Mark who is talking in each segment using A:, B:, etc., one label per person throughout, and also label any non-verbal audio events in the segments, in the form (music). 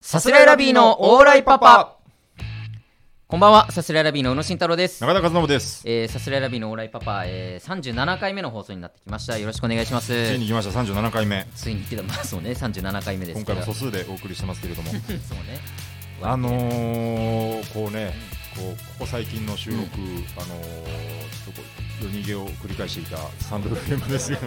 A: さすらいラビーのオーライパパこんばんは、さすらいラビーの宇野慎太郎です。
B: 中田和信です。
A: えー、さすらいラビーのオーライパパ、えー、37回目の放送になってきました。よろしくお願いします。
B: ついに来ました、37回目。
A: ついに来た、まあそうね、37回目です
B: 今
A: け
B: 回
A: ど。
B: も素数でお送りしてます
A: (laughs)
B: けれども、
A: そうね。
B: あのー、こうね、こうここ最近の収録、あのー、ちょっとこう夜逃げを繰り返していたサンドルフレー
A: (laughs)
B: ムですが、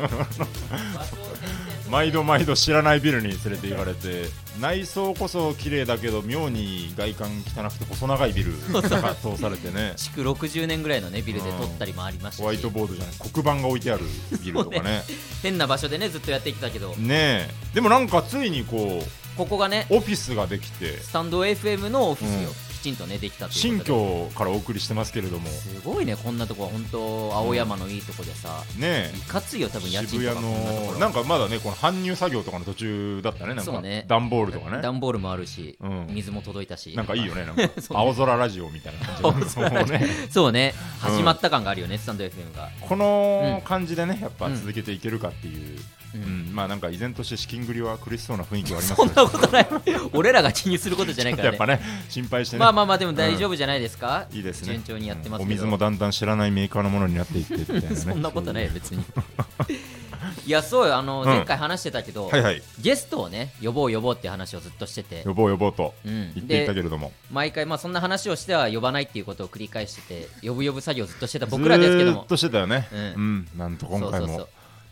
B: 毎度毎度知らないビルに連れて行かれて、内装こそ綺麗だけど、妙に外観汚くて細長いビルが通さ
A: (laughs)
B: れてね。
A: 築60年ぐらいのね、ビルで撮ったりもありまし
B: ホ
A: た
B: ワイ
A: し
B: ト、ボードじゃない黒板が置いてあるビルとかね
A: 変な場所でね、ずっとやってきたけど、
B: ねえでもなんかついにこ
A: ここがね、
B: うオフィスができて
A: スタンド FM のオフィスよ、
B: うん
A: きちんとね、できたという
B: 新
A: ことで。
B: 居からお送りしてますけれども、
A: すごいね、こんなとこは本当、青山のいいとこでさ、
B: ね
A: いかついよ、多
B: え、
A: 分家賃
B: 渋
A: とかこ
B: 谷
A: んなとこ
B: の
A: ろ
B: なんかまだね、この搬入作業とかの途中だったね、なん
A: そう
B: か
A: ね
B: 段ボールとかね、
A: 段ボールもあるし、
B: うん
A: 水も届いたし、
B: なんか
A: (laughs)
B: いいよね、なんか
A: そうね
B: 青空ラジオみたいな
A: 青
B: 感じ
A: 空
B: の
A: ラ
B: もう
A: ジ
B: (laughs) ね、
A: (laughs) そうね、
B: うん
A: 始まった感があるよね、スタンド FM が。
B: この感じでね、やっぱ続けていけるかっていう、
A: う
B: うんんまあなんか依然として資金繰りは苦しそうな雰囲気はあります
A: そん
B: けど、
A: なことない、 (laughs) 俺らが気にすることじゃないから
B: やっ
A: ね。
B: ぱね、心配してね、
A: まあまあまあ、でも大丈夫じゃないですか、
B: いいですね、
A: 順調にやってます
B: うん
A: け
B: お
A: ど、
B: 水もだんだん知らないメーカーのものになっていってみたいな
A: (laughs)
B: ね、
A: そんなことないよ、
B: そう
A: 別に。 (laughs) いや、そうよ、あの、
B: うん
A: 前回話してたけど、
B: うはいはい、
A: ゲストをね、呼ぼう呼ぼうっていう話をずっとしてて
B: 呼。ぼう呼ぼうと
A: うん
B: 言ってい
A: で
B: たけれども、
A: 毎回、まあ、そんな話をしては呼ばないっていうことを繰り返してて呼ぶ呼ぶ作業をずっとしてた僕らですけど
B: ずー
A: も
B: っとしてたよね、
A: うん
B: うん、なんと今回
A: そうそう
B: も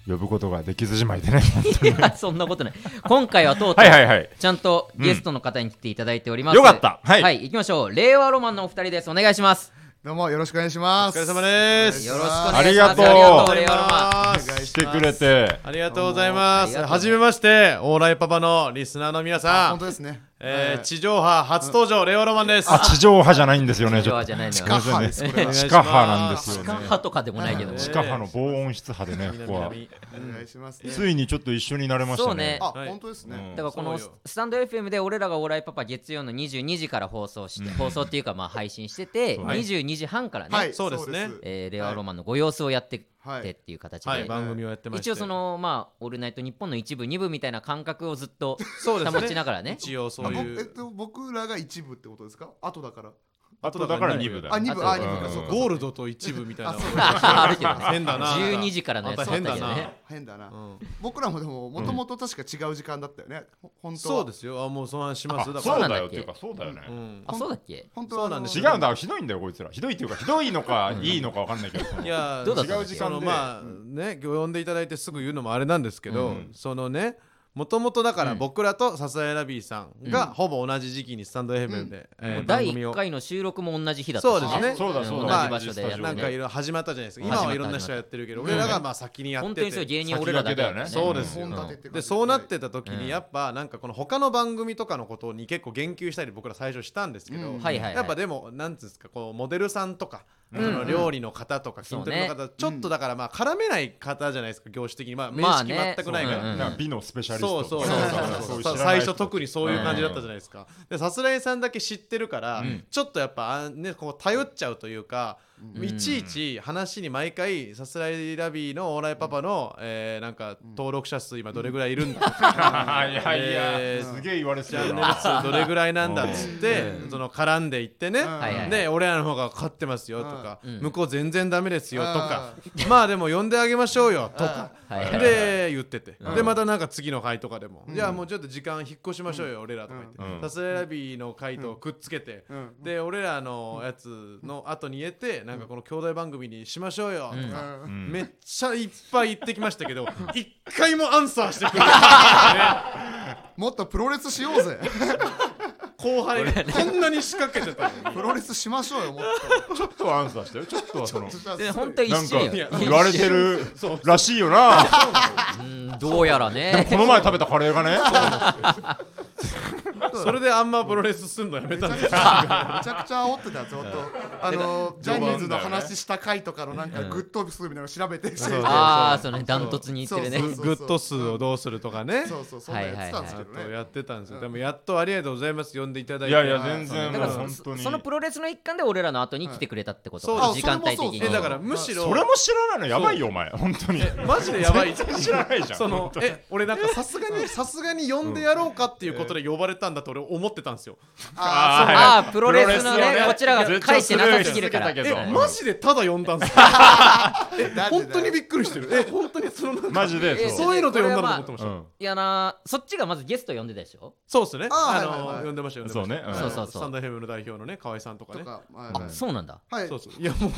B: 呼ぶことができずじまいで
A: (laughs)
B: ね。
A: そういやそんなことない今回はとうと
B: は
A: う
B: いはいはい。
A: ちゃんとゲストの方に来ていただいております。
B: よかった
A: は。
B: はいい
A: 行きましょう。令和ロマンのお二人です。お願いします。
C: どうもよろしくお願いします。
D: で
A: よろし
C: す
A: くお
B: あ
A: 願い
B: り
A: します。
B: がとう
A: 令和ロマン。
D: あ
C: お願い
B: 来
C: してます
B: くれ。て。
D: りがとうございま
A: どう
D: す。
A: も
D: はじめまして、オーライパパのリスナーの皆
C: あ
D: さ
C: 本
D: ん
C: 当、ですね。
D: え
C: は
D: ー
C: い
D: 地上波初登場、レオロマンです。
B: あ、地上派じゃないんですよね。
A: 地上派じゃないのよ
B: ちょっとごめんなさいね
C: 地下派です
D: これは
B: 地下派なんです
A: 地
B: よ
A: 下
B: ね。
A: 派とかでもないけども。
D: ね
B: 地下派の防音室派でね、ここは。
D: 南
C: お願いしますね。
B: ついにちょっと一緒になれましたね。
C: あ
D: はい
C: 本当ですね
A: だ。からこの
D: そうよ
A: スタンド FM で俺らがオーライパパ月曜の22時から放送して、放送っていうかまあ配信して
D: (laughs)
A: て、
B: そうね
A: 22時半からね、
C: はい
D: そうですね
A: えー令和ロマンのご様子をやって
C: はい
A: ってっていう形で、
D: はい、番組をやってまして
A: 一応そ、のまあオールナイト日本の一部二部みたいな感覚をずっと
D: そうですね
A: 保ちながらね、
D: 一応そう
C: あぼ
D: い
C: えっ
D: う、
C: と僕らが一部ってことですか？後だから。
B: あとだから二部だよ。
C: あ二部
A: 後
C: あ二部
B: う
C: か
B: ん
C: そうか。
D: ゴールドと一部みたいな。
C: あそう
A: (laughs) あるけどね
D: 変だな。
A: 12時からのやつだ
D: あ
A: っ
D: ん
A: た
D: た
A: け
D: (laughs) 変
A: ど
D: だ
A: ね
D: な。
C: 変だな
D: う。ん
C: 僕らもでももともと確か違う時間だったよね。ほ本当は。
D: そうですよ。あ、もうその話します。
B: あ
D: だか
B: そ
D: ら。
B: うだよ。
A: そうなんだっ
B: っ
A: け
B: ていうか、そうだよね。
D: うん
A: あそうだっけ
C: 本当はあの
D: そうなんです
B: 違うんだ、ひどいんだよ、こいつら。ひどいっていうか、ひどいのか、いいのかわかんないけど。その
D: いや、
A: どうだった
B: 違う時
D: そ
B: 間
D: の
B: で。
D: まあね呼んでいただいてすぐ言うのもあれなんですけど、
B: うん
D: そのねもともとだか
A: う
D: ら
A: ん
D: 僕らと笹谷ラビーさんが
A: うん
D: ほぼ同じ時期にスタンド FM で、え
A: もう
D: ー
A: 第
D: 番組
A: 1
D: を
A: 回の収録も同じ日だったし
D: そうですね
B: そうだそう
A: 同
D: だ
A: じ場所でやって
D: なんかいろ
A: ね
D: いろ始まったじゃないですか
A: 始まった
D: 今はいろんな人がやってるけど
A: 始
D: 俺
A: まった
D: らがまあ先にやって
A: 本当にそう
D: て
A: 芸人は俺らだけだよね
B: 先
D: 駆けだよねそうですよ
A: ん
C: 本立てって感じ
D: でそうなっ。てた時
A: うん
D: にやっぱなんかこの他の番組とかのことに結構言及したり僕ら最初したんですけど、
C: うん
A: はいはいはい
D: やっぱでもなんつうんですかこうモデルさんとか、
B: うん
D: その料理の方とか筋トレの
A: そ
D: 方、ちょっとだからまあ絡めない方じゃないですか業種的にまあ面
A: まあ
D: 識
A: ね
D: 全くないから、
A: うんうん
B: なんか美のスペシャリス
D: そ
B: ト
D: う
B: と
D: そ
B: か
D: うそう
B: さ。そ
D: そう
B: ういう知らな
D: 最
B: い
D: 初特にそういう感じだったじゃ
B: ない。
D: ないですか、でさすらいさんだけ知ってるから、
A: うん
D: ちょっとやっぱあんねこう頼っちゃうというか、
C: うん
D: いちいち話に毎回さすらいラビーのオーライパパの、えーなんか登録者数今どれぐらいいるんだ、
B: はいはいい
D: え
B: や、
D: ー
B: すげえ言われて
D: チ
B: た
D: ャ
B: よ
D: ンネル
B: な。
D: 数どれぐらいなんだっつって、その絡んでいってね、
C: うんはい
A: はい
D: で俺らの方が勝ってますよとか、
A: うん
D: 向こう全然ダメですよとか、まあでも呼んであげましょうよとか、
A: はいはいはい
D: で言ってて、
B: うん
D: でまたなんか次の回とかでも、じゃあもうちょっと時間引っ越しましょうよ、俺らとか言
B: う
D: っ
B: ん
D: てさすらいラビーの回とくっつけて、
C: うん
D: で俺らのやつの後に入れてなんかこの兄弟番組にしましょうよとか。
A: うん
C: うん
B: うん
D: めっちゃいっぱい言ってきましたけど (laughs) 一回もアンサーしてくれない
C: もっとプロレスしよう
D: (laughs)
C: ぜ。
D: 後輩がこんなに仕掛けてたのに
C: プロレスしましょうよもっ
D: (laughs)
B: ちょっとアンサーしてよ。ちょっとはその。
C: と。
A: で本当一
B: なんか
A: 瞬よ
B: 言われてるらしいよな。
A: うんどうやらね
B: この前食べたカレーがね。
D: それであんまプロレスすんのやめたんです
C: めち
D: よ
C: ゃくちゃ煽ってたずっとあのジャニーズの話した回とかのなんかグッド数みたいなの調べて (laughs)
D: そう
A: ああそのねダントツにいってるね
C: そうそう
D: グッド数をどうするとかね
C: そうそうそんなやってたんですけ
D: あ
C: ど
D: と
C: ね
D: やってたんですよでもやっとありがとうございます呼んでいただい
B: い
D: て
B: やいや、全然
A: だ
B: も
A: か
B: う
A: ら
B: 本
A: そ
B: 当に。
A: そのプロレスの一環で俺らの後に来てくれたってこと
D: そう
A: か
D: です
A: 時間帯的
C: それもそう
A: に
C: そう
D: えだからむしろ
B: それも知らないのやばいよ、お前。本当に。
D: マジでやばい
B: 全然知らないじゃん。 (laughs)
D: そのえ俺なんかさすがにさすがに呼んでやろうかっていうことで呼ばれたんだと俺思ってたんですよ
C: ああ
A: ああプロレスのねこちらが返してなさすぎるから
B: ずっとスルーし続けたけ
D: え
B: ど
D: マジでただ呼んだんですよえ本当にびっくりしてるえ本当にそのなんか
B: マジで
A: え
B: そう。
D: そういうのと呼んだのと思ってまし
B: う
D: た、
B: ん
A: いやなそっちがまずゲスト呼んでたでしょ
D: そうですね
C: あ
D: あ
C: ー
D: の、
C: はいはいはい
D: 呼んでました呼んで
B: そ
D: ま
B: う
D: した
B: ねうん
A: そうそうそう
D: スタンド FM の代表のね河合さんとか
C: そう
D: ね
C: とかはい
A: あそうなんだ
C: はい
D: そうそういやもう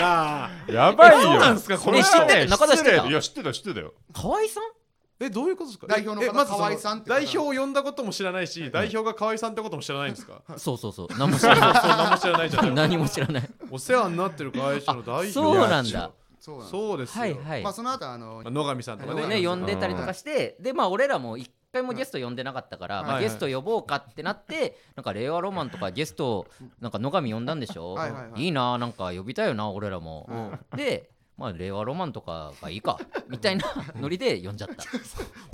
B: ああやばいよ。
D: そうなんすかこ
A: れ
B: え
A: 知ってる中田知ってた
B: 失礼いや知ってた知ってたよ。
A: 河合さん
D: (laughs) えどういうことですか
C: 代表の
D: え
C: 方
D: まずそ
C: 河合さんって方
D: 代表を呼んだことも知らないし、代表が河合さんってことも知らないんですか
A: そうそうそう何も知ら
D: (laughs)
A: ない
D: そう何も知らないじゃない
A: 何も知らない
D: お世話になってる会社の代表
A: そうなんだ
C: そうなんです
D: そうですよ、
A: はいはい、
C: まあその後あの
D: まあ野上さんとかね
A: ね
D: いろ
A: 呼
D: い
A: ん
D: ろ
A: でたりとかしてでまあ俺らも一回もゲスト呼んでなかったから、
C: はい
A: まあ、
D: はい
A: ゲスト呼ぼうかってなってなんか令和ロマンとかゲストなんか野上呼んだんでしょ
C: はいはいはい
A: いななんか呼びたいよな俺らも、でまあ令和ロマンとかがいいかみたいなノリで呼んじゃった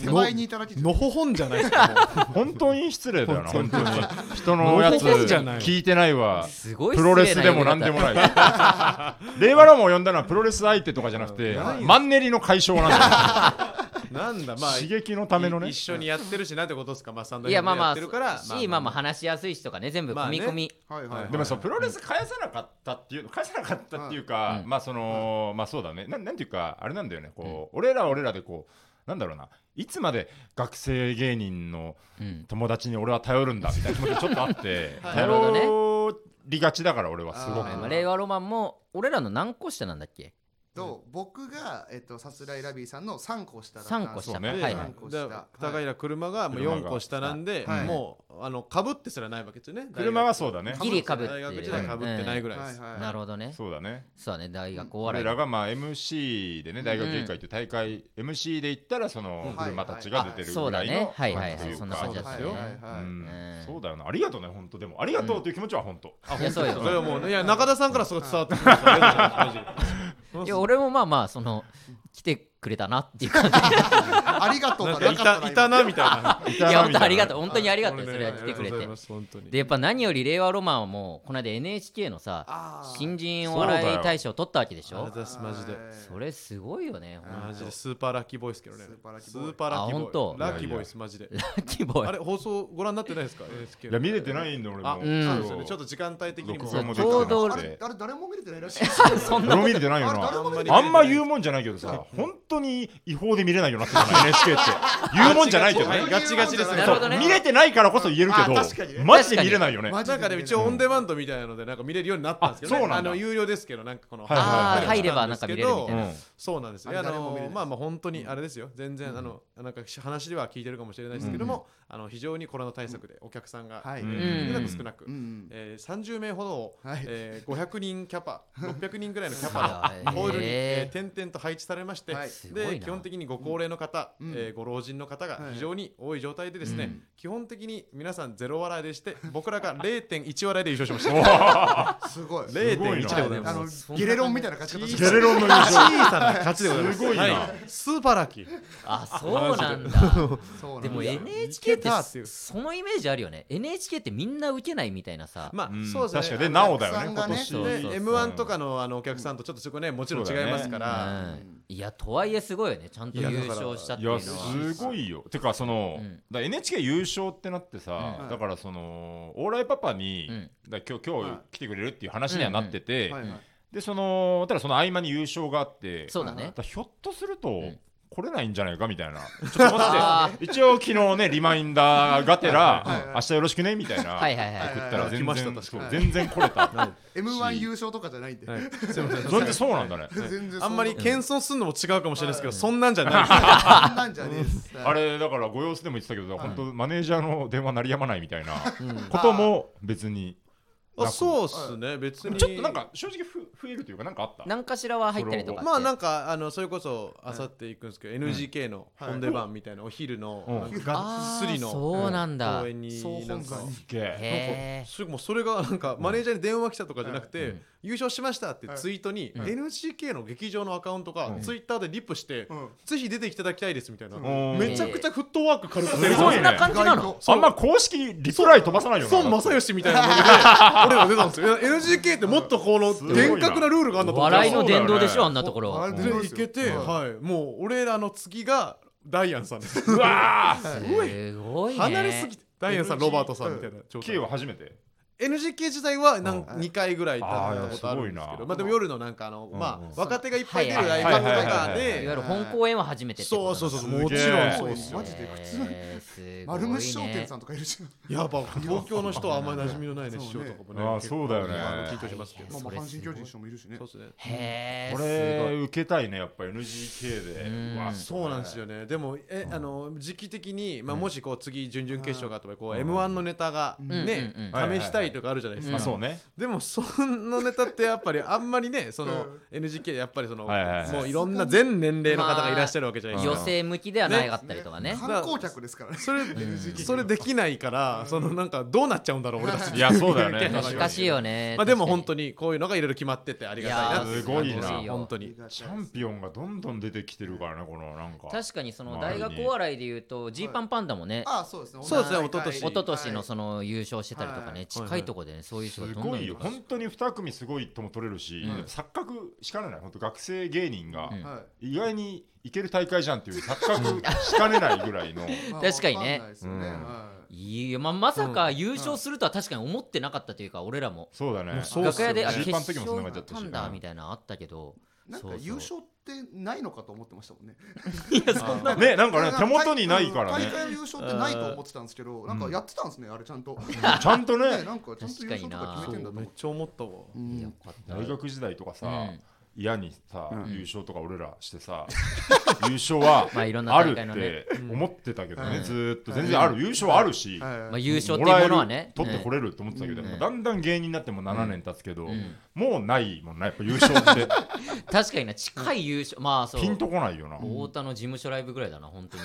C: 手前にいただき
D: のほほんじゃないですかもう
B: 本当に失礼だよな
D: 本
B: 本
D: 当
B: 当
D: に
B: に。人のやつ
D: もう本当じゃない
B: 聞いてないわ。
A: すごい
B: プロレスでもなんでもない。令和ロマンを呼んだのはプロレス相手とかじゃなくて
D: はい
B: マンネリの解消なんだよ。
D: なんだまあ
B: 刺激のためのね
D: い一。緒にやってるしなんてことですかまあスタンド
A: いやまあ
D: FM
A: ま
D: や
A: あ
D: ってるから
A: しまあまあ話しやすいしとかね全部
D: まあ
A: 組
D: ね
A: み込み、
C: はいはいはい
B: でもさプロレス返さなかったっていう返さなかったっていうか、
A: うん
B: まあその、まあそうだねなんなんていうかあれなんだよねこう、俺らは俺らでこうなんだろうないつまで学生芸人の
A: うん
B: 友達に俺は頼るんだみたいな気持ちがちょっとあって
D: はい
A: なるほどね
B: 頼りがちだから俺はすご
C: あー
A: まあ
B: く
A: 令和ロマンも俺らの何個下なんだっけ
C: と僕がえっとさすらいラビーさんの三個下だったん
A: 三
C: です
A: 個下
B: そ
A: か、
B: うね
A: はい
D: だ
A: は
D: か
A: い
C: うん
D: ら高平車がもう
B: 車が
D: 4個下なんで、
C: はい
D: もうあのかぶってすらないわけですよね
B: 車はそうだね
A: ギリ被ってる
D: 大学時代かぶってないぐらいです、
C: はいはい
A: なるほどね
B: そうだね
A: そうだね大学お笑
B: 俺
A: い
B: らがまあ MC でね大学芸会っていう大会、MC で行ったらその
C: はい
B: 車たちが出てるぐらい
A: あ
B: の
A: そうだねはい
B: 感
A: はい
B: じ
A: はい
B: と
A: う
B: か
A: そんな感じだったよね
C: はいはいはい
B: うん
A: うん
B: そうだよなありがとうね本当でもありがとうという気持ちは本当、
A: いやそうよ
D: それはもうねいや中田さんからそれ伝わってくるんですよねマジで
A: いや俺もまあまあその来てくれたなっていう感じ
C: ありがとう
D: な
C: が
D: ん
C: なか
D: か
C: った
D: いたいたなみたいな
A: い
D: い
A: や (laughs) 本当ありがと
B: う
A: う本当にありがとう
D: 俺
A: そ
D: ね
A: れは来てくれ
D: ありがとうござ
A: て
D: います本当に
A: でやっぱ何より令和ロマンはもうこの間 NHK のさ
C: あー
A: 新人お笑い大賞取ったわけでし
D: あり
A: ょ
D: がとうございますマジで
C: はい
A: それすごいよねほん
D: マジでスーパーラッキーボーイですけどね
C: スーパーラッキー
D: ス
C: ボーイ
D: ーパーラッキー
A: あ
D: ボーイ
A: 本当
D: ラッキーボーイですマジで
A: と希望
D: あれ放送ご覧になってないですか NHK
B: いや見れてないんだ俺も
D: あ、
B: そう
D: そう
A: うん
D: ですよねちょっと時間帯的にも
B: 録画も
A: ち
B: でき
A: ょうど
B: な
C: あ
B: く
C: れ
B: て
C: あれ誰も見れてないらしいです
A: そんな
B: 俺も見れてないよ
C: あれ
B: な
C: 誰も見れてない
B: あんま言うもんじゃないけどさ本当に違法で見れないようになってるな
A: (laughs)
B: NHK って言うもんじゃないけどね
D: はガチガチです
A: なるほどね
B: 見れてないからこそ言えるけ
C: あ確かにね
B: どマジで見れないよね
C: マジ
D: なんかでも一応オンデマンドみたいなのでなんか見れるようになったんですけど、ね、
B: あそうなんだ
D: の有料ですけどなんかこの、
B: はいはいはいあー
A: 入ればなんか見れるみたいな
B: うん
D: そうなんですよ
C: あ
D: い
C: れ
D: やあ
C: 誰も見れない
D: のまあまあ本当にあれですよ全然あのなんか話では聞いてるかもしれないですけども、あの非常にコロナ対策でお客さんが、
C: はい
D: え
B: うん
D: ーとにかく少なく、
C: うん
D: えー、30名ほどを、
C: はい
D: えー、500人キャ
C: (laughs)
D: パ600人ぐらいのキャ
A: す
D: パ
A: ごい
D: のホールに、
A: へー
D: えー点々と配置されまして、
C: はい
A: すごい
D: で
A: な
D: 基本的にご高齢の方、
C: うん
D: えーご老人の方が非常に多い状態でですね、
A: うん
D: 基本的に皆さんゼロ笑いでして (laughs) 僕らが0.1笑いで優勝しました
C: すごい
D: 0.1でござい
C: あ
D: ま
C: の
D: す。
C: ゲレロンみたいな勝ち方し
B: ゲ
C: て
B: レ
C: る
B: ロンの優
D: 小
B: 勝
D: さな勝ちでございます。
B: すごいな
D: はスーパーラッキー。
A: あそうなんだ
C: そうなん
A: で
C: だ
A: も
C: いや
A: NHK っ
D: いけたってい
A: て
D: う
A: そのイメージあるよね NHK ってみんな受けないみたいなさ
D: まあ、
B: うん
D: そうで
B: 確
D: す
B: か
D: ね。
B: にでなおだよ
C: お
B: ね
C: 客さ
B: 今
C: んがね
B: 年
A: そうそうそう
D: M1 とかのあのお客さんとちょっとそこねもちろん違いますか
A: う
D: ら。
A: んいやとはいえすごいよねちゃんと
D: いやだ
A: 優
D: から
A: 勝したって
B: い
A: いうの
B: や
A: は
B: すごいよてかその、
A: うん
B: だから NHK 優勝ってなってさ、
C: うん
B: だからそのオーライパパに、
A: うん
B: だから今日今
C: はい
B: 日来てくれるっていう話にはなってて、
C: はいはい
B: でそのただその合間に優勝があって
A: そうだね
B: だからひょっとすると、
A: ん
B: 来れないんじゃないかみたいな。ちょっと
A: (laughs)
B: 待って、一応昨日ね、リマインダーがてら、
C: はいはいはい
B: 明日よろしくねみたいな。
A: はいはいはい
B: 送ったら全
D: はいはいはい
B: 然、
D: 来ました
B: そ
D: 確
B: う
C: かに
B: 全然来れた。
C: M1 優勝とかじゃないんで
D: はいすいません。
B: 全然そうなんだね。
C: (laughs) 全然
D: あんまり
C: けん
D: 謙遜するのも違うかもしれないですけど、そんなんじゃないです。
C: なんじゃねえっす
B: あれだからご様子でも言ってたけど、本当マネージャーの電話鳴りやまないみたいなことも別に、
D: あ、そうっすね。別に。
B: ちょっとなん。か正直ふ増えるというかなんかあった
A: 何かしらは入ったりとか
D: まあなんんかあのそれこそあさって行くんですけど NGK のオンデバンみたいなお昼の
B: うん
D: なんかがっつりの
A: そうなんだ
D: 公演になんか
B: すっげえ
A: へえ
D: それもうそれがなんかマネージャーに電話来たとかじゃなくて、
A: うん
D: 優勝しましたってツイート
B: ん
D: に、NHK の劇場のアカウントが
B: ん
D: ツイッターでリップして、
C: うん
D: ぜひ出ていただきたいですみたいな、
B: ん
D: めちゃくちゃフットワーク軽く
B: す
D: て
B: ごいね
A: そんな感じなの
B: あんま公式リプライ飛ばさないよな
D: 孫正義みたいなので俺ら出たんですよいや NGK ってもっとこの
B: ごいな
D: 厳格なルールがあるんだと思って
A: 笑いの殿堂でしょあんなところ
C: あれ
D: で行けて、
C: うん
D: はい、もう俺らの次がダイアンさんですうわーすごい
A: すごいね
D: 離れすぎてダイアンさんロバートさんみたいな状
B: K
D: 態
B: は初めて
D: NGK 自体はなん
C: うん
D: 2回ぐらいだったことあるんです
B: あーいやすご
D: け
B: いな
D: どまあでも夜のなんかあの
B: うん
D: ま
B: うん
D: あ若手がいっぱい出るライブ
B: は
D: と
B: いはいはいはい
D: か
A: いわゆ
D: で
A: る本公演は初めてってこと
D: そ
A: な
D: う
A: だ
D: んそうそうそう
B: すげえ
D: もちろんそう
C: そう
D: ですよ
C: マジで普通に
A: えーすごいね
C: 丸虫商店さんとかいるし
D: やっぱ東京の人はあんまり馴染みのないね
C: そう
D: 師
C: ね
D: 匠とかもね
B: あーそうだよね
D: あの聞いてしますけ
C: ま
D: どそ
C: あ
D: う
A: そ
C: まあ
A: れすごい
C: 阪神巨人師匠もいるしね
D: ですね
A: へえ
B: こ
A: すご
B: れ
A: い
B: 受けたいねやっぱ NGK で
A: うん
B: わ
D: そうなんですよねでもえあの時期的にまあもしこう次準々決勝があった場合こう M1 のネタが
A: うん
D: ね
A: うんうん
B: はいはいはい
D: 試したいとかあるじゃないです
A: う
D: か
B: あ
A: ん
B: そうね
D: でもそのネタってやっぱりあんまりねその NGK でやっぱりその
B: はいはいはい
D: もういろんな全年齢の方がいらっしゃるわけじゃないです
A: 女
D: か。
A: 性向きではないかったりとかね
C: 観光客ですからね
D: それそれできないからそのなんかどうなっちゃうんだろう俺たち。
B: いやそうだよね
D: うん
A: 難しいよね
D: まあでも本
A: に
D: 当にこういうのがいろいろ決まっててありがたいなって
B: すごいな
A: や
D: 本当に。
B: チャンピオンがどんどん出てきてるからねこのなんか
A: 確かにその
B: 周
A: 大
B: りに
A: 学お笑いでいうとジーパンパンダもね
C: ああそうですね
D: そうですね一昨年
A: 一昨年の
C: の
A: その優勝してたりとか
C: は
A: ね
C: い
A: 近いとこでねそういう人が
B: す
A: どんど
B: ご
A: ん
B: いよ本当に2組すごいとも取れるし、
A: うん
B: 錯覚しかねない本当学生芸人が
A: うん
C: は
B: 意外にいける大会じゃんっていう錯覚しかねないぐらいの
C: いまあ
A: 確かにね
C: わんないですよね
B: うん
C: はい
A: いやまあまさか優勝するとは確かに思ってなかったというか俺らも
B: そうだね
D: そうっ
A: 楽
D: すよ
A: 屋
D: ね
A: であ
B: ジ
A: 決
B: ーパンの時
A: 勝
B: も繋がっちゃったし
A: なんだみたいなのあったけど
C: なんか
A: そうそう
C: 優勝ってないのかと思ってましたもんね。
B: ねなんかね手元にないからね
C: 大会の優勝ってないと思ってたんですけど、なんかやってたんですね、あれちゃんと。ね、
B: ちゃんとね
C: なんかちゃんと優勝とか決めてんだと
D: め
C: 思
D: っ
C: って
D: ちゃ思ったわ。 (laughs)
C: うん
A: よかった
B: 大学時代とかさ、
A: うん
B: 嫌にさ、
C: うん
B: 優勝とか俺らしてさ優勝は
A: まあいろんな
B: ある
A: 大
B: っ
A: 会のね
B: て思ってたけどね、
A: うん
B: ずーっと全然ある、優勝はあるし、
A: まあ
C: はい
A: 優勝って
B: も
A: い
B: ら
A: う
B: え
A: も
B: る
A: のはね
B: 取ってこ
A: れ
B: れると思ってたけど、
A: うん
B: もうだんだん芸人になっても7年経つけど、
A: ん
B: もうないもんなやっぱ優勝って
A: 確かにな近い優勝まあ (laughs) そう
B: ピンとこないよな、
A: 太田の事務所ライブぐらいだな本
B: (laughs)
A: 当に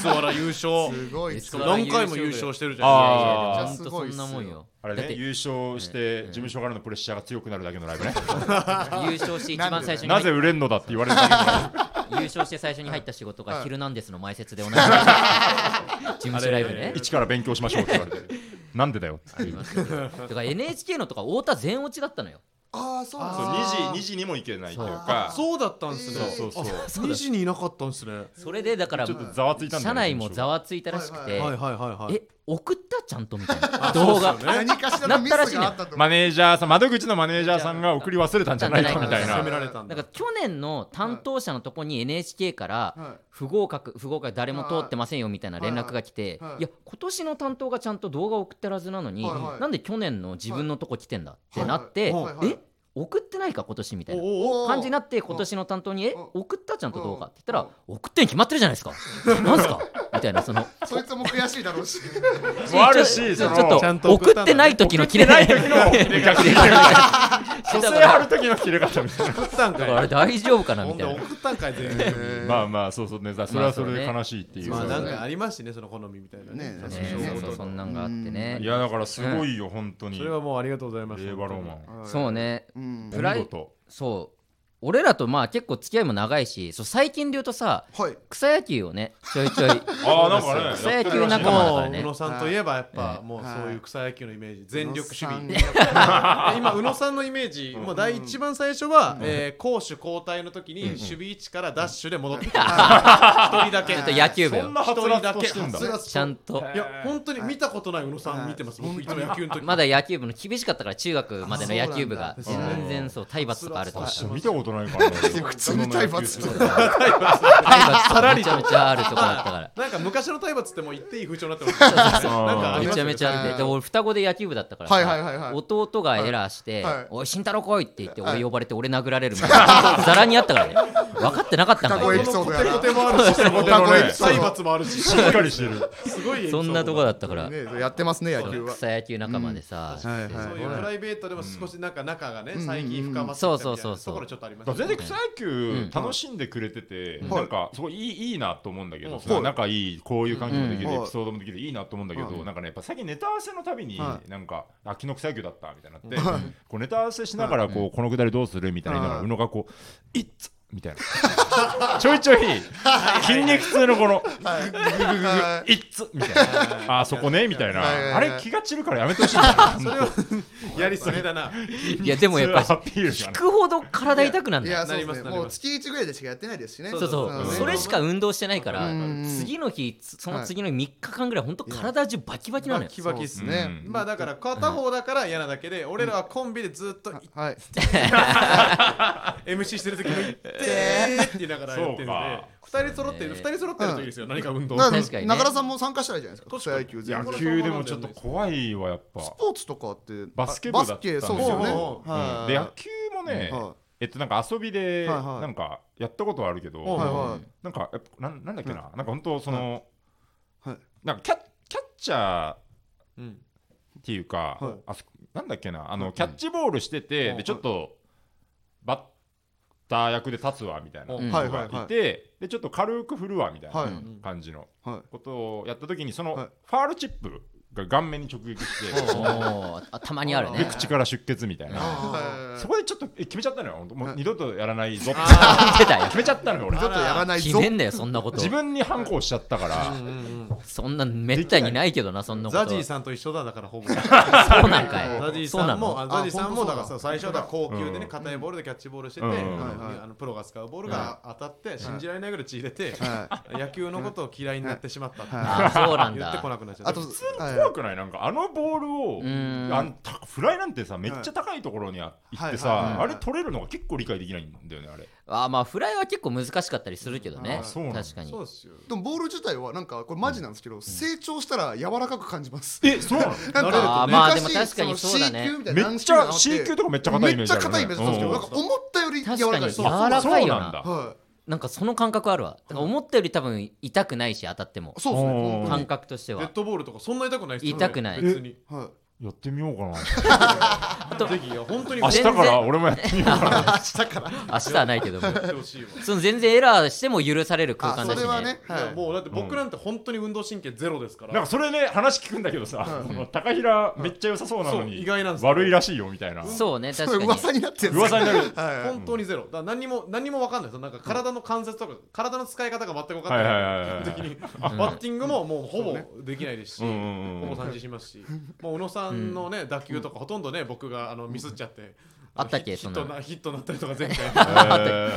D: つわら優勝。
C: すごい。
A: すごい
D: 何回も優勝してるじ
B: あ
D: ゃ
B: ー
D: ん。
A: いやいやいや本当そんなもんよ
B: あれ
A: だっ
B: ね
A: て
B: 優勝して事務所からのプレッシャーが強くなるだけのライブね
A: 優勝して一番最初に
B: (laughs) なぜ売れんのだって言われるだけのラ
A: 優
B: イ
A: 勝して最初に入った仕事が「ヒルナンデス」の前説で同じ事務所ライブね
B: ブ一から勉強しましょうって言われてなんでだよっていうそう
A: だから NHK のとか太田全落ちだったのよ
C: ああ、そうなんですね
B: 2時 ,2 時にも行けないというかそう
D: そうだったんすね。
B: そうそうそう
D: 2時にいなかったんすね。は
A: それでだから
B: ちょっとざわついたんだ
A: 社
B: よね
A: 内もざわついたらしく
D: い
A: て
D: はいはいはい。
A: え送ったちゃんとみたいな動画
C: 何かしらのミスがあったと思う。
B: マネージャーさん窓口のマネージャーさんが送り忘れたんじゃないかみたい
A: じゃ
D: 攻
A: あ
D: め
B: な
D: られたん
A: な
D: だ
A: んか。去年の担当者のとこに NHK から
C: はい
A: 不合格不合格誰も通ってませんよみたいな連絡が来て
C: はいはい
A: いや今年の担当がちゃんと動画送ってるはずなのに
C: はいはい
A: なんで去年の自分のとこ来てんだってなって
C: はいはいはい
A: え送ってないか今年みたいな
D: おお。
A: 感じになって今年の担当に「え
C: うん
A: 送ったちゃんと動画」
C: うん
A: って言ったら「送ってに決まってるじゃないですか」
C: (laughs)
A: なんすかみたいなその
C: そいつも悔しいだろうし。
B: もあるし
A: ち
B: そ
A: ょ
B: の
A: ちょっと
D: ちゃんと送
A: 送
D: っ
A: った
D: んだね
A: てない時の切れない
B: (laughs)
A: 時 (laughs) の
B: 切れ方みたいな
A: だ
B: (laughs) 女性
A: から
B: ある時の切れ方みたいな
D: 送ったん
A: あ
D: か
A: れ
D: い。
A: 大丈夫かなみ
D: ほん
A: た
D: で
A: いな
D: 送ったんかい (laughs) 全然。
B: まあまあそうそうねそれはそれで悲しいっていう
D: まあなんかありますしねその好みみたいなね
C: ね
D: そう
A: ね
D: そ
A: そう
D: う
A: そうそんなんがあってね
B: いやだからすごいよ本当に
D: それはもうありがとうございます
B: 令和ロマン
A: そうね
C: うん。
A: プライ
B: お見事
A: そう俺らとまあ結構付き合いも長いしそう最近で言うとさ
C: はい。
A: 草野球をねちょいちょい
B: ああなんかねや
A: 草野
B: っ
A: 球
B: てる
A: 仲間
B: らしい
A: だ
B: な
A: か
D: も
A: ら
D: う
A: ね
D: 宇野さんといえばやっぱ
A: う
D: もう
C: はい
D: そういう草野球のイメージ全力守備
C: 野さんが
D: (laughs) 今宇野さんのイメージもう第一番最初はえー攻守交代の時に守備位置からダッシュで戻ってきた一人だけ
A: ちょっと野球部
B: そ
A: よ
B: んなはつらつとしてんだ
D: 一人だけ
A: ちゃんと
D: いや本当に見たことない宇野さん見てます僕いつも野球の時
A: まだ野球部の厳しかったから中学までの野球部が
C: あ
B: そうなんだ
A: 全然そう体罰とかあるとか
D: そう
B: 見たことないからね
C: 普通に体罰
B: そんな野球
A: 体罰とかめちゃめちゃあるとこだったから
D: なんか昔の体罰ってもう言っていい風潮になって
A: (laughs)
D: ますなんかあり
A: めち
D: ます
A: ゃ
D: よ
A: め
D: ね
A: ちゃあるでで俺双子で野球部だったからさ
C: はいはいはいはい
A: 弟がエラーして
C: はいはい
A: 「おい慎太郎来い」って言って
C: はい
A: 俺呼ばれて俺殴られるみたいなざらにあったからね分かってなかったんか
C: 双子エ
A: よ
C: ピソードやな。
D: コテコテもあるし
B: 歌声
C: エピソード
D: 体罰もあるし
B: しっかりしてる
D: すごいエピソ
A: そ
D: ード
A: んなとこだったから
C: ねやってますね、野球は。
A: 草野球仲間でさ
C: うんはいはい
D: そういうプライベートでも少しなんか仲がね、最近深まってきた
A: そうそう
D: みたいな
A: そうそう
D: ところちょっとあります
B: だ
D: よ
B: か
D: ね
B: ら全然草野球楽しんでくれてて、
A: ん
B: なんかすごいいいいいなと思うんだけ
D: う
B: ど、
D: ん
B: その仲いいこういう関係もできる、
C: うん
B: エピソードもできるいいなと思うんだけど、
C: うん
B: なんかねやっぱ最近ネタ合わせのたびに、
C: は
B: なんかあ昨日草野球だったみたいになって、こうネタ合わせしながらこう、このくだりどうするみたいな言いながら、
C: うん
B: 宇野がこう「いっつみたいなちょいちょい筋肉痛のこの
C: は
B: (laughs) 「
C: い
B: いっつ」みたいな「あーそこね」みたいな
C: はいはいはい
B: あれ気が散るからやめてほしいんだよ
D: それはやりすぎだな。
A: いやでもやっぱり
B: アピールじ
A: (laughs)
B: ゃ
A: 聞
B: ない
A: くほど体痛くなるん
C: い
A: だよ
C: やそうで
D: なりますす
C: ね
D: なります
C: もう月1ぐらいでしかやってないですしね
A: そうそう、
C: ん
A: それしか運動してないから、
C: うん
A: 次の日つその次の3日間ぐらい本当体中バキバキなのよ、
D: キバキっす
C: そうです
B: ね
D: まあだから片方だから嫌なだけで、俺らはコンビでずっとい
C: はい
D: MC してる時も「いってー」って言いながらやって
B: そ
D: る
B: う
D: の
B: か
D: で2人揃ってる
A: そう
D: 二
A: ね
D: 人揃ってるといいですよ何か運動
C: だから
A: 確かにね
C: 中田さんも参加したらいいじゃないですか草野球全
B: 野
C: 部ス
B: 球でもちょっと怖いわやっぱ
C: ポーツとかって
B: バスケ部だったん
C: バス
B: ですよ
C: ケそうですよね
D: ほ
B: うん
C: はい
B: で野球もね
C: は
B: えっとなんか遊びで
C: はいはい
B: なんかやったことはあるけど
C: はいはい
B: なんかやっぱなんなんだっけななんか本当その
C: はいはい
B: なんかキャッキャッチャー
D: うん
B: っていうか、
C: はい
B: あそこなんだっけなあの、
A: うん
B: キャッチボールしてて、
D: うん
B: でちょっとバッター役で立つわみたいな
D: うん
B: 人
C: はいはい
B: が
C: はい
B: いてでちょっと軽く振るわみたい
C: は
B: ない
A: うん
B: 感じの
C: はい
B: ことをやった時にその、
C: はい
B: ファールチップが顔面に直撃して、
A: おーあたまにある
D: う
A: ね
D: ん
B: 口から出血みたいな、
C: はい
B: そこでちょっとえ決めちゃったのよ本当もう二度とやらないぞって
A: 出たよ
B: 決めちゃったのよ俺
C: ちょっとやらない
A: 決
C: ぞ
A: めんなよそんなこと
B: 自分に反抗しちゃったから、
D: うんうんうん
A: そんなめったにないけどなそんなこと
D: ザジーさんと一緒だだからほぼザ
A: そうなんかい
D: ジー
A: そう
D: さ
A: なんの
D: もあザジーさんも
C: あ
D: だから
C: 本当そうだ
D: さ最初は高級で
B: う
D: ね
B: ん
D: 硬いボールでキャッチボールしてて
B: うん
C: はい
D: あのプロが使うボールが当たって信じられないぐらい血出て
C: は
D: (laughs) 野球のことを嫌いになってしまったって
C: は
A: あそうなん
D: 言ってこ
A: だ
D: なくなっちゃっ
C: あ
D: た
C: と
D: う
B: 怖くないなんかあのボールを
A: うーん
B: あのたフライなんてさめっちゃ高いところにあ行って
C: はいはい
B: さ
C: はい
B: あれ取れるのが結構理解できないんだよねあれ
A: あまあフライは結構難しかったりするけどね
B: あそうなんだ
A: 確かに
D: そうですよ
C: でもボール自体はなんかこれマジなんですけど成長したら柔らかく感じます
B: えそうなの
C: なん
D: 慣れるとね
C: か
A: あーまあでも確かにそうだね
C: 昔の C 級みたい
B: め
C: な軟
B: っ
C: 式
B: ち
C: みたいな
B: ゃ
C: のあ
B: C 級とかめっちゃ硬いイ
C: め
B: メー
C: っ
B: ジ
C: ち
B: あ
C: ゃ
B: るよ
C: 硬いイメージだったんですけど
B: う
C: なんか思ったより柔らかい
A: 確かに
C: そ
A: 柔
C: う
A: らかいよな
B: そうなんだ
C: は
A: なんかその感覚あるわだから思ったより多分痛くないし当たっても
C: いそうですね
B: うん
C: 本当
A: 感
C: に
A: 覚として
D: デッ
A: は
D: ドボールとかそんな痛くないですよ
A: 痛くない
D: 別に
C: はい
B: やってみようかな
D: ぜひいや本当に
B: 明日か
A: 全
B: ら
A: 然
B: 俺もやってみようかな
A: 明日はないけども
D: やってほしいわ
A: その全然エラーしても許される空
C: あ
A: 間だ
C: そ
A: し
C: れは
A: ね
C: ねはい
D: いやもうだって僕なんて本当に運動神経ゼロですから
B: なんかそれね話聞くんだけどさその高平めっちゃ良さそうなの
D: そう
B: に
D: 意外なんですよ
B: 悪いらしいよみたいな
A: そうね
C: それ
A: 確かに
C: 噂になってるんですか
B: 噂に
D: (laughs)
B: なる
C: はいはい
D: 本当にゼロだから何にも何も分かんないですなんか体の関節とか体の使い方が全く分かん
B: はいはいはい
D: な
B: はい
D: い時にバッティングももうほぼできないですし
B: うんうんうん
D: ほぼ三振しますしもう宇野さんのね打球とかほとんどね僕があのミスっちゃって
A: あったっけ
D: ヒ
A: そ
D: ッ
A: んな
D: ト
A: の
D: なヒットになったりとか全回
B: え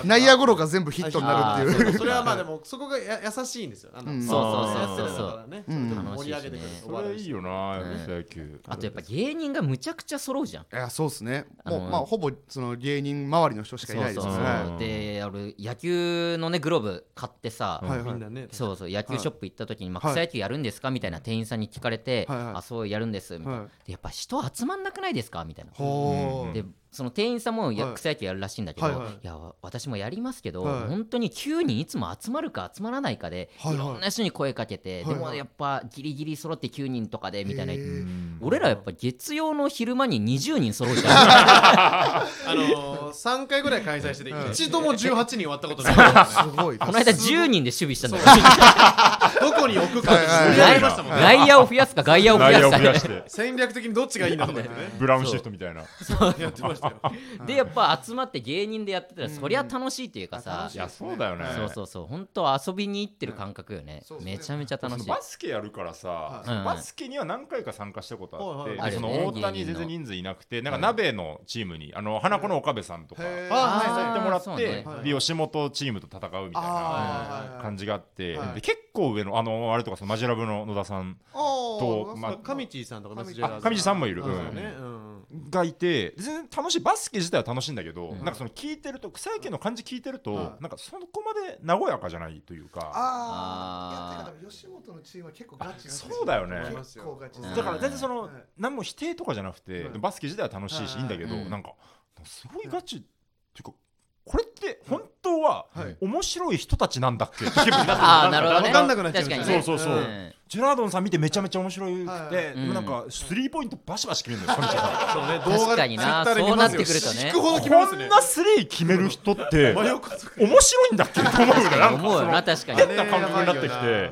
B: ー
C: 内野ゴロが全部ヒットになるっていう
D: それはまあでもそこがや優しいんですよあの
C: うん
A: そう
B: そうそうそう
A: そう
D: やってるからね
C: うん
D: それでも盛り上げてくれる
B: (laughs) それいいよな
A: うん
B: やっぱ野球
A: あとやっぱ芸人がむちゃくちゃ揃うじゃん
C: いやそうですね
A: あ
C: もう
A: の
C: まあほぼその芸人周りの人しかいないで
A: そ
C: す
A: う
C: ね
A: そう
C: は
A: そうで俺野球のねグローブ買ってさ、
C: はい
D: みんなね
A: そうそう野球ショップ行った時に、まあ、
C: はい
A: 草野球やるんですかみたいな店員さんに聞かれて、
C: はいはい
A: あそうやるんですみたいな、
C: はい
A: でやっぱ人集まんなくないですかみたいな、
C: ほ
B: うん
C: う
A: でその店員さんもや、
C: はい
A: 草野球やるらしいんだけど、
C: はい
A: い
C: はい
A: や私もやりますけど、
C: はい
A: 本当に9人いつも集まるか集まらないかで、
C: はいいはい
A: ろんな人に声かけて、
C: はいはい
A: でもやっぱギリギリ揃って9人とかでみたいな
C: へー
A: 俺らやっぱ月曜の昼間に20人揃うじゃん
D: あのー、3回ぐらい開催してて、
C: うん
D: 一度も18人終わったことないからね、
C: すごい
A: この間10人で守備したんだよ
D: どこに置くかって盛り上がりましたもん
A: (laughs)
D: ね。
A: 外野を増やすか外野を増
B: 内野を
A: や
B: 増や
A: す
B: し
A: か
B: て
D: 戦略的にどっちがいいんだとか言ってね。
B: ブラウンシフトみたいな
D: やってましたよ。
A: でやっぱ集まって芸人でやってたらそりゃ楽しいっていうかさ
C: 楽し
B: いやそうだよね
A: そうそうそう本当遊びに行ってる感覚よね
C: そうそう
A: めちゃめちゃ
B: そ
A: 楽
B: の
A: しい
B: バスケやるからさ、
A: うん
B: バスケには何回か参加したことあって、
D: はい
A: はい
B: でそ
A: あるよ
B: の
A: ね
B: 大谷全然人数いなくて、なんか鍋のチームにあの花子の岡部さんとか行
C: へ
B: っ
C: ー
D: あはい
A: ー
B: てもらって、
A: そうね
C: はい
B: で吉本チームと戦うみたいな
C: あーはいはいはい
B: 感じがあって、
C: はい
B: で結構上のあのあれとかそのマジラブの野田さん
C: お
B: と
C: ー
B: まあ
D: 上地さんとか
C: 上地
B: あ上地さんもいる
D: そうだよ
B: うん
D: ね。うん
B: がいて全然楽しいバスケ自体は楽しいんだけど、
A: うん
B: なんかその聞いてると草野球の感じ聞いてると、
C: はい
B: なんかそこまで和やかじゃないというか。
A: あー
C: あーいやてか吉本のチームは結構ガチガチです
B: そうだよね
C: 結構ガチです
A: うん
B: だから全然その、
C: はい
B: 何も否定とかじゃなくて、
C: はい
B: バスケ自体は楽しいし、
C: は
B: い
C: い
B: いんだけど、
A: うん
B: なんかすごいガチ、っていうかこれって本当は、
C: はい
B: 面白い人たちなんだっけって (laughs) 気分になってくる
A: ああなるほどね
D: わかんなくなっちゃう
A: 確かに
B: そ
A: ね
B: うそうそうんジェラードンさん見てめちゃめちゃ面白くて、
C: はい
B: で
A: うん
B: もなんかスリーポイントバシバシ決めるのよ、神木
D: (laughs)
B: さ
D: そうね、動
A: 確
D: 画
A: か
D: で
A: に
D: Twitter
A: なそ
D: で
A: う
D: 見
A: な
D: ま
A: っ
D: す
A: て
D: よ
A: くるとね
D: 聞くほ
B: ん
D: ど決まります
B: こん
D: ね。
B: なスリー決める人って
D: 真横とか
B: 面白いんだっけって思うのよなんか
A: 思うよな確かに
B: 変な感覚になってきて
D: う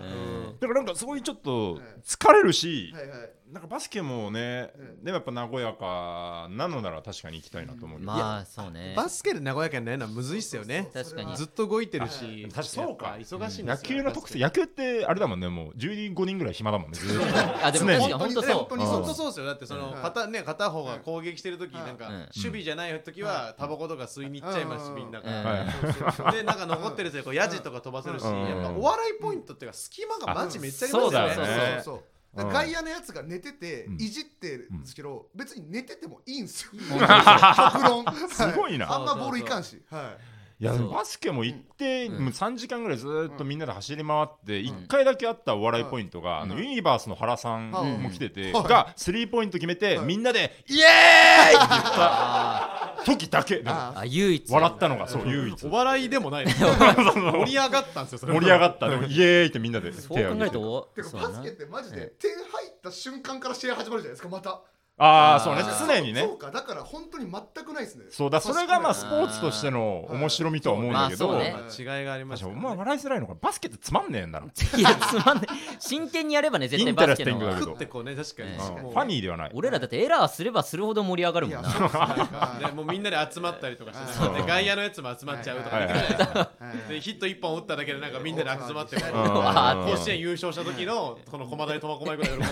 D: ん
B: だからなんかそういうちょっと疲れるし、
C: はいはい
B: なんかバスケもね、
C: うん
B: でもやっぱ和やかなのなら確かに行きたいなと思うけど、
A: まあそうね
D: バスケで和やかになるのはむずいっすよね
A: 確かに
D: ずっと動いてるし
B: 確かにそうか
D: やっぱ忙しいんで
B: 野
D: すよ
B: 球の特性野球ってあれだもんねもう15人ぐらい暇だもんねずーっと
A: あでも確かに本当
C: 常に
A: そう
C: 本当にそう
D: 本当そうですよだってそ
C: う
D: の
C: ん
D: 片,、ね、片方が攻撃してる時
C: うん
D: なんか
A: うん
D: 守備じゃない時はタバコとか吸いに行っちゃいますし
C: うん
D: みんな
A: うん (laughs)
D: が。
B: はい
D: でなんか残ってる人でこうヤジとか飛ばせるし、
B: うん
D: やっぱお笑いポイントっていうか隙間がマジめっちゃありますよね。
A: そうだよね
C: そうそう
B: う
C: だ
B: ん
C: から外野のやつが寝てて、
B: うん
C: いじってるんですけど、別に寝ててもいいんですよ。極論。
B: (laughs) すごいな
C: はあんまボールいかんし。はい
B: やでも
A: そう
B: バスケも行って、
A: うん
B: もう3時間ぐらいずーっとみんなで走り回って、
A: ん
B: 1回だけあったお笑いポイントが、
C: うん
B: あのユニバースの原さん
C: うん
B: も来てて、
C: はい
B: がスリーポイント決めて、
C: はい
B: みんなで「イエーイ!」って言った
A: あ
B: 時だけでも
C: あ
A: ーあ唯一
B: 笑ったのがそう唯一
D: お笑い
A: (laughs)
D: でもないです盛り上がったんですよそれ
B: 盛り上
D: っ
B: がったでも「イエーイ!」ってみんなで
A: そう考
B: 手
A: え
B: を挙げ
A: る
B: て
A: と
C: てか
A: そう
C: バス
A: な
C: ケってマジで点入った瞬間から試合始まるじゃないですかまた
B: ああそうね
A: あー
B: 常にね
C: そうかだから本当に全くないですね
B: そうだそれがまあス
A: う
B: ポ
A: だ
B: ーツとしての面白みとは思うんだけど、
A: まあそうね
D: 違いがありま
B: 確
D: す
B: か
D: よ
B: に
D: ね
B: お前笑いづらいのかバスケってつまんねえんだろ
A: いやつまんない真剣にやればね絶対バスケの
B: インテラスティングだけ
A: 方
B: ど
A: が
D: 食ってこうね確かに、
A: え
B: う
A: 確
B: ん
D: もう
B: ファニーではない
A: 俺らだってエラーすればするほど盛り上がる
C: い
A: も
C: や
A: ん
C: そう
A: な
C: ですね
D: ね
C: は
D: もうみんなで集まったりとかして、
C: そう
D: で外野のやつも集まっちゃうとか
B: はい
D: で
B: はい
D: きないですか
C: いはい
D: でヒット1本打っただけでなんかみんなで集まってこう
B: うん
A: あー
D: 甲子園優勝した時のこの駒大苫小牧ぐらいの
A: そ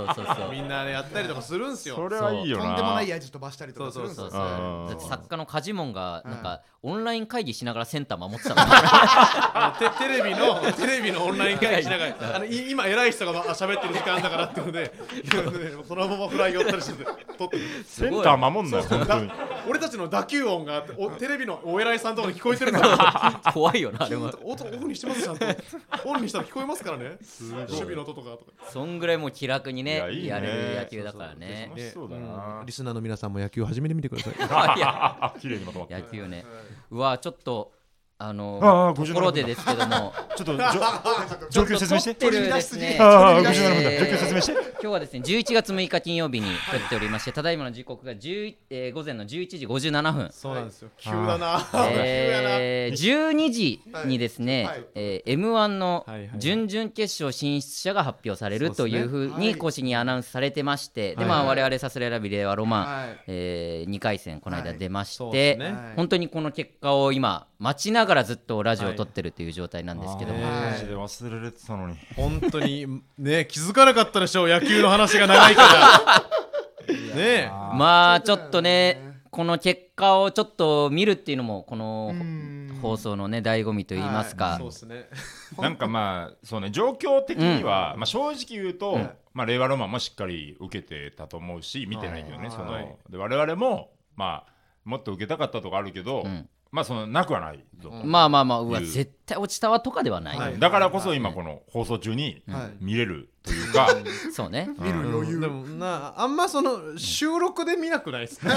A: うそうそうそう
D: みんなでやったりとかするんす
B: そ
D: よ
B: れはいいよ
C: と
B: なん
C: でもないやじ飛ばしたりとかするんです
A: そ
C: よ
A: うそう
B: うん
A: だって作家のカジモンが
C: うん
A: なんかオンライン会議しながらセンター守ってた
B: (laughs)
A: の
D: あのテテレビのテレビのオンライン会議しな
B: (laughs)
D: がらあのい今偉い人がまあ喋ってる時間だからっていうので (laughs) そのままフライ寄ったりしてて撮ってる
B: センター守んなよ本当に
D: 俺たちの打球音がおテレビのお偉いさんとかに聞こえてるから
A: 怖いよなでも
D: 音オフにしてますちゃんと (laughs) オンにしたら聞こえますからね守備の音とかとか
A: そんぐらいもう気楽に
B: いやいい
A: ね
B: ね
A: やれる野球だからね
B: 楽しそうだな
D: リスナーの皆さんも野球を始めてみてください
A: いや (laughs)
B: あ綺麗にまとまった
A: 野
B: ち
A: 球ね
C: は
A: うわちょっとあ
B: あ
A: の
B: ー
A: と
B: 57
A: ころでですけども (laughs)
B: ょっとじょ
C: い
B: 状況説明して
A: ちょっと撮ってるですね
B: ああ
C: 取り出し
B: 57分だ
A: えー
B: 状況説明して
A: 今日はですね11月6日金曜日に撮っておりましてただいまの時刻が11、えー午前の11時57分
D: そうなんですよ急だな
A: えー、12時にですね、
C: はいはい
A: えー、M1 の
D: はいはい
A: 準々決勝進出者が発表されるというふう
C: そうです
A: に
C: ね
A: 講師にアナウンスされてまして、で
D: はい
A: まあ我々サスレラビ令和ロマン、
C: はい
A: えー、2回戦この間出まして、
D: はいそうですね
C: はい
A: 本当にこの結果を今待ちながらずっとラジオを撮ってるという状態なんですけども、
D: あー
B: マジで忘れられてたのに
D: 本当にね気づかなかったでしょう野球の話が長い (laughs) からね
A: まあちょっとね
C: そうだよね
A: この結果をちょっと見るっていうのもこの
C: ん
A: 放送のね醍醐味といいますか、
D: そうですね
B: なんかまあそうね状況的には、まあ、正直言うと、まあ、令和ロマンもしっかり受けてたと思うし見てないけど
C: は
B: ね
C: い
B: その、
D: はい
B: で我々も、まあ、もっと受けたかったとかあるけど、
A: ん
B: まあそのなくはないぞ、
A: まあまあまあうわ
B: いう
A: 絶対落ちたわとかではない、
C: はい
B: だからこそ今この放送中に
C: はい
B: 見れるというか、
A: そうね
C: 見る余裕
D: でもなあんまその収録で見なくないですか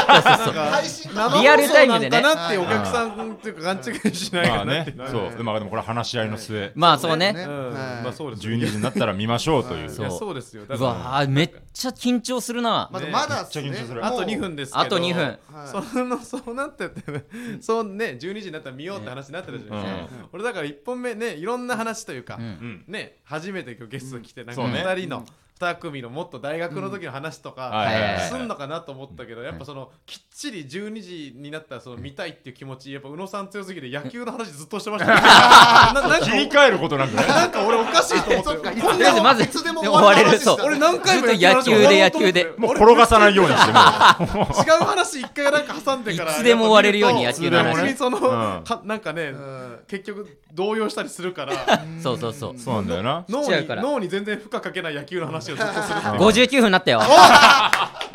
C: 配信
D: 生
A: リアルタイムでね
D: 放送なんかなってお客さんっていうか勘違いしな
B: (laughs)
D: い
B: ま
D: か
B: あ
D: な
B: ね
D: って、
B: そうで,、まあ、でもこれは話し合いの末、
A: まあそうね
D: う
C: うんん
D: まあそうですよ
B: 12時になったら見ましょうという。
A: そ
D: いうやそうですよだ
A: う
D: から
A: わあめっちゃ緊張するな、
C: まだまだっす
B: めっ
C: ね
B: ちゃ緊張する
D: あと2分ですけど
A: あと2分
C: はい
D: そのそうなってて、そうね12時になったら見ようって話になってるじゃないですか、俺だから1本目ねいろんな話というか、
A: うん
B: うん
D: ね初めて今日ゲスト来てなんか
B: そうね
D: 2人の2組のもっと大学の時の話と
B: うんは
A: は
B: い
A: いはい
D: か
A: はい
D: すんのかなと思ったけどやっぱそのきっちり12時になったらその見たいっていう気持ちやっぱ宇野さん強すぎて野球の話ずっとしてました
A: (laughs)
D: ねななんか
B: 切り替えることなくね
D: なんか俺おかしいと
C: (laughs)
D: 思
C: そっ
D: って
C: か
A: とりあえずまず
C: いつでも
A: 終われる
C: 終わる話した
A: そう
D: 俺何回も話
A: ずっと野球で野球で
D: 終
B: も
D: わ
B: う
D: ろう
B: 転
D: と思って
B: がさないようにしてもう
D: 違う話一回なんか挟んでから
A: いつでも終われるように野球の話
D: 別にその、
B: うん
D: かなんかね、
C: ん
D: 結局動揺したりするから
A: そうそうそう
B: そうなんだよな
D: 脳
A: しちゃう
D: に
A: から
D: 脳に全然負荷かけない野球の話をずっとするっていう
A: 59分になったよ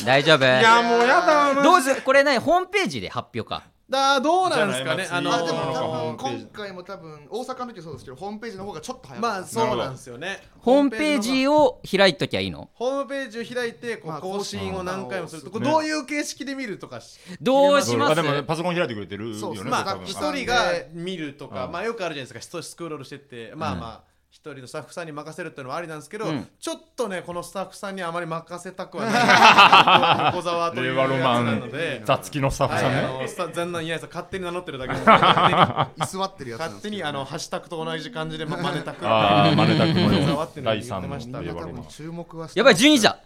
A: 大丈夫
B: いやもうやだマジで
A: どうすこれねホームページで発表か
D: だどうなんですかね
B: じゃ
D: あ
B: あ
D: の
B: 来
C: あ
B: 月
C: でも
B: ホームペー
C: 多分
B: ジ
C: 今回も多分大阪の時はそうですけどホームページの方がちょっと早かった
D: まあそうなんですよね
A: ホームページを開いときゃいいの
D: ホームページを開いてこ
C: ま
D: う
C: あ
D: 更新を何回もするとこ
B: 更
D: う
B: 新
D: どういう形式で見るとかし
A: どうしま
B: あ
A: す
B: でもパソコン開いてくれてるよね
C: そうそう
B: 多
D: ま
B: 分
D: あ
C: うん
D: 一人が見るとか
B: うん
D: まあよくあるじゃないですかひとスクロールしてってまあまあ一一人のスタッフさんに任せるっていうのはありなんですけど、
A: うん
D: ちょっとねこのスタッフさんにあまり任せたくはない (laughs) 小沢とい
B: 令
D: う
B: 和
D: やつ
B: ロマ
D: なので
B: ン座付きのスタッフ
D: はい
B: さんね、
D: あのスタ全然いやいや勝手に名乗ってるだけです (laughs) 勝
C: 居座ってるやつなんです
D: 手
C: けど
D: にあのハッシュタグと同じ感じでま真似たく
B: ああマネタク
D: 小 (laughs)
B: の
D: 沢っていうのを
B: 第
D: 言って
B: 3
D: ま
B: の
D: した
B: 令
C: 今
B: 和ロ
C: 多
B: マ
C: 分
B: ン
C: 注目はして
A: やばい12位じゃ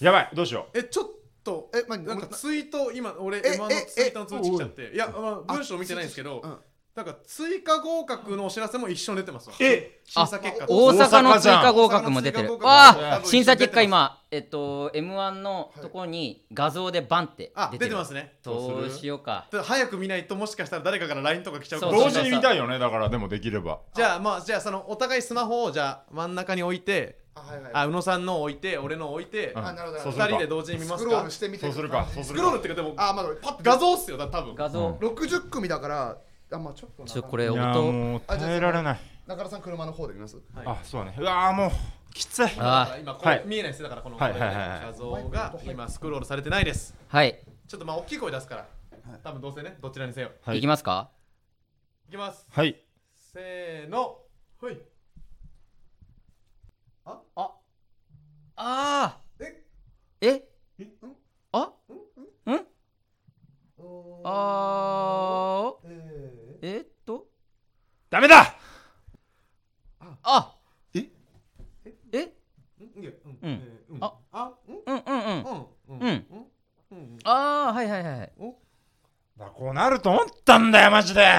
B: やばいどうしよ
D: えちょっとえ
C: え、まあ、な
D: なんん
C: か
D: かツイート今俺
C: え
D: M1 の
C: え
D: ツイートの通知来ちゃっていや、まあ、文章見てないんですけど、
C: うん
D: なんか追加合格のお知らせも一緒に出てますわ
B: うえ
D: 審査結果と
A: 大
B: お
A: 阪の追加合格も出てる
D: 大阪の追加合格も
A: わあ
D: 多分
A: 審査結果今えっと m 1のとこに画像でバンって
D: あ
A: 出
D: 出
A: て
D: て
A: る
D: ますね
A: どうしようか
D: で早く見ないともしかしたら誰かから LINE とか来ちゃうかも
A: そうそ
B: 同
A: うそう
B: 時に見たいよねだからでもできれば
D: じゃあまあじゃあそのお互いスマホをじゃあ真ん中に置いて
C: あはいはい
D: あ宇野さんのを置いて俺のを置いて
B: うん
C: あなるほど
B: そうす
D: 二
B: る
D: 人
B: か
D: で同時に見
C: ス
D: ま
C: ク
D: す
C: ロー
D: か
C: ルしてみて
B: そうするかそうす
D: ス
B: る
D: クロー
B: か
D: ルっていうかでも
C: あまだパッと
D: 画像っすよだ多分
A: 画像
C: 60組だからあまあちょっと
A: ちょ
C: 中
A: これ
B: いや
A: 音
B: もう耐えられない
C: 中田さん車の方で見ます
B: あそうねうわーもうきつい
A: あ
D: 今こ
B: はいう
D: 見えないですよだからこの
B: はいはいはいはい
D: 画像が今スクロールされてないです
A: はい
D: ちょっとまあ大きい声出すから多分どうせねどちらにせよ
B: はいい
A: きますか
D: いきます
B: はい
D: せーのほい
A: ああ
C: え
A: えあんあー
C: え
A: えーっと
B: ダメだ
A: あ
B: え
A: え
D: うん
A: うん
D: うん
A: あ
D: あうん
A: うんうんうん
D: うん
A: うん
D: うん
A: ああはいはいはい
B: だこうなると思ったんだよマジで
D: (laughs)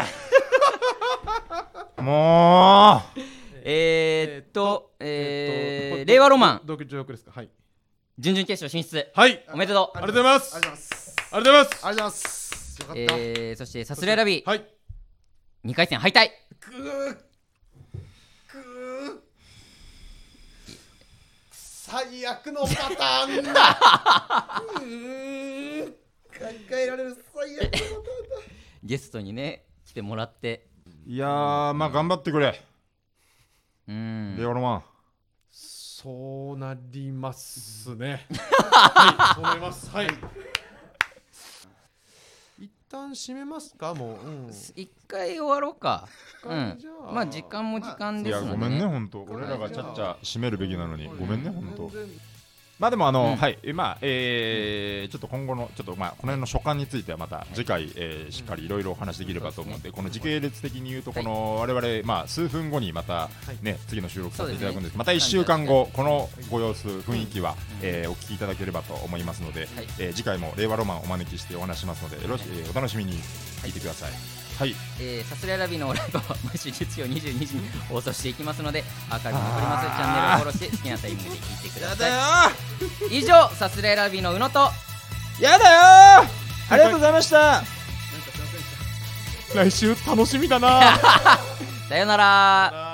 B: もう
A: えー、っと
D: え
A: え
D: っ
A: ー
D: と
A: 令和ロマン
D: どどどこですかはい
A: 準々決勝進出
D: はい
A: おめでとう
D: ありがとうございます
C: ありがとうございます
D: ありがとうございま
C: ありがとうござい
D: す
C: ますよかった、
A: えー、そしてさすらいラビー
D: はい
A: 2回戦敗退
D: くーくー最悪のパターンだ (laughs) うーん考えられる最悪の
A: ゲストにね来てもらって
B: いやーまあ頑張ってくれ
A: う
B: レ
A: ん
B: オロマン
D: そうなりますねはいそうなりますはい一旦閉めますかもう、うん
A: 一回終わろうかうん
D: じゃあ
A: まあ時間も時間
B: い
A: です
B: や
A: ので、ね、
B: ごめんねほんと俺らがちゃっちゃ締めるべきなのにごめんねほんとまあでもあの、
A: うん
B: はいえまあえー、ちょっと今後のちょっとまあこの辺の所感についてはまた次回、えーしっかりいろいろお話できればと思うんでこの時系列的に言うとこの我々まあ数分後にまたね次の収録させていただくんですけどまた1週間後このご様子雰囲気は、えーお聞きいただければと思いますので、
A: はい
B: えー次回も令和ロマンをお招きしてお話しますのでよろし、えーお楽しみに聞いてくださいはい、
A: えー、サスレラビのライブは (laughs) 毎週月曜22時に放送していきますのでアーカイブも残りますチャンネルをフォローして好きなタイミングで聞いてください以上サスレラビの宇野と
B: やだよありがとうございました来週楽しみだな (laughs)
A: さよなら
D: あー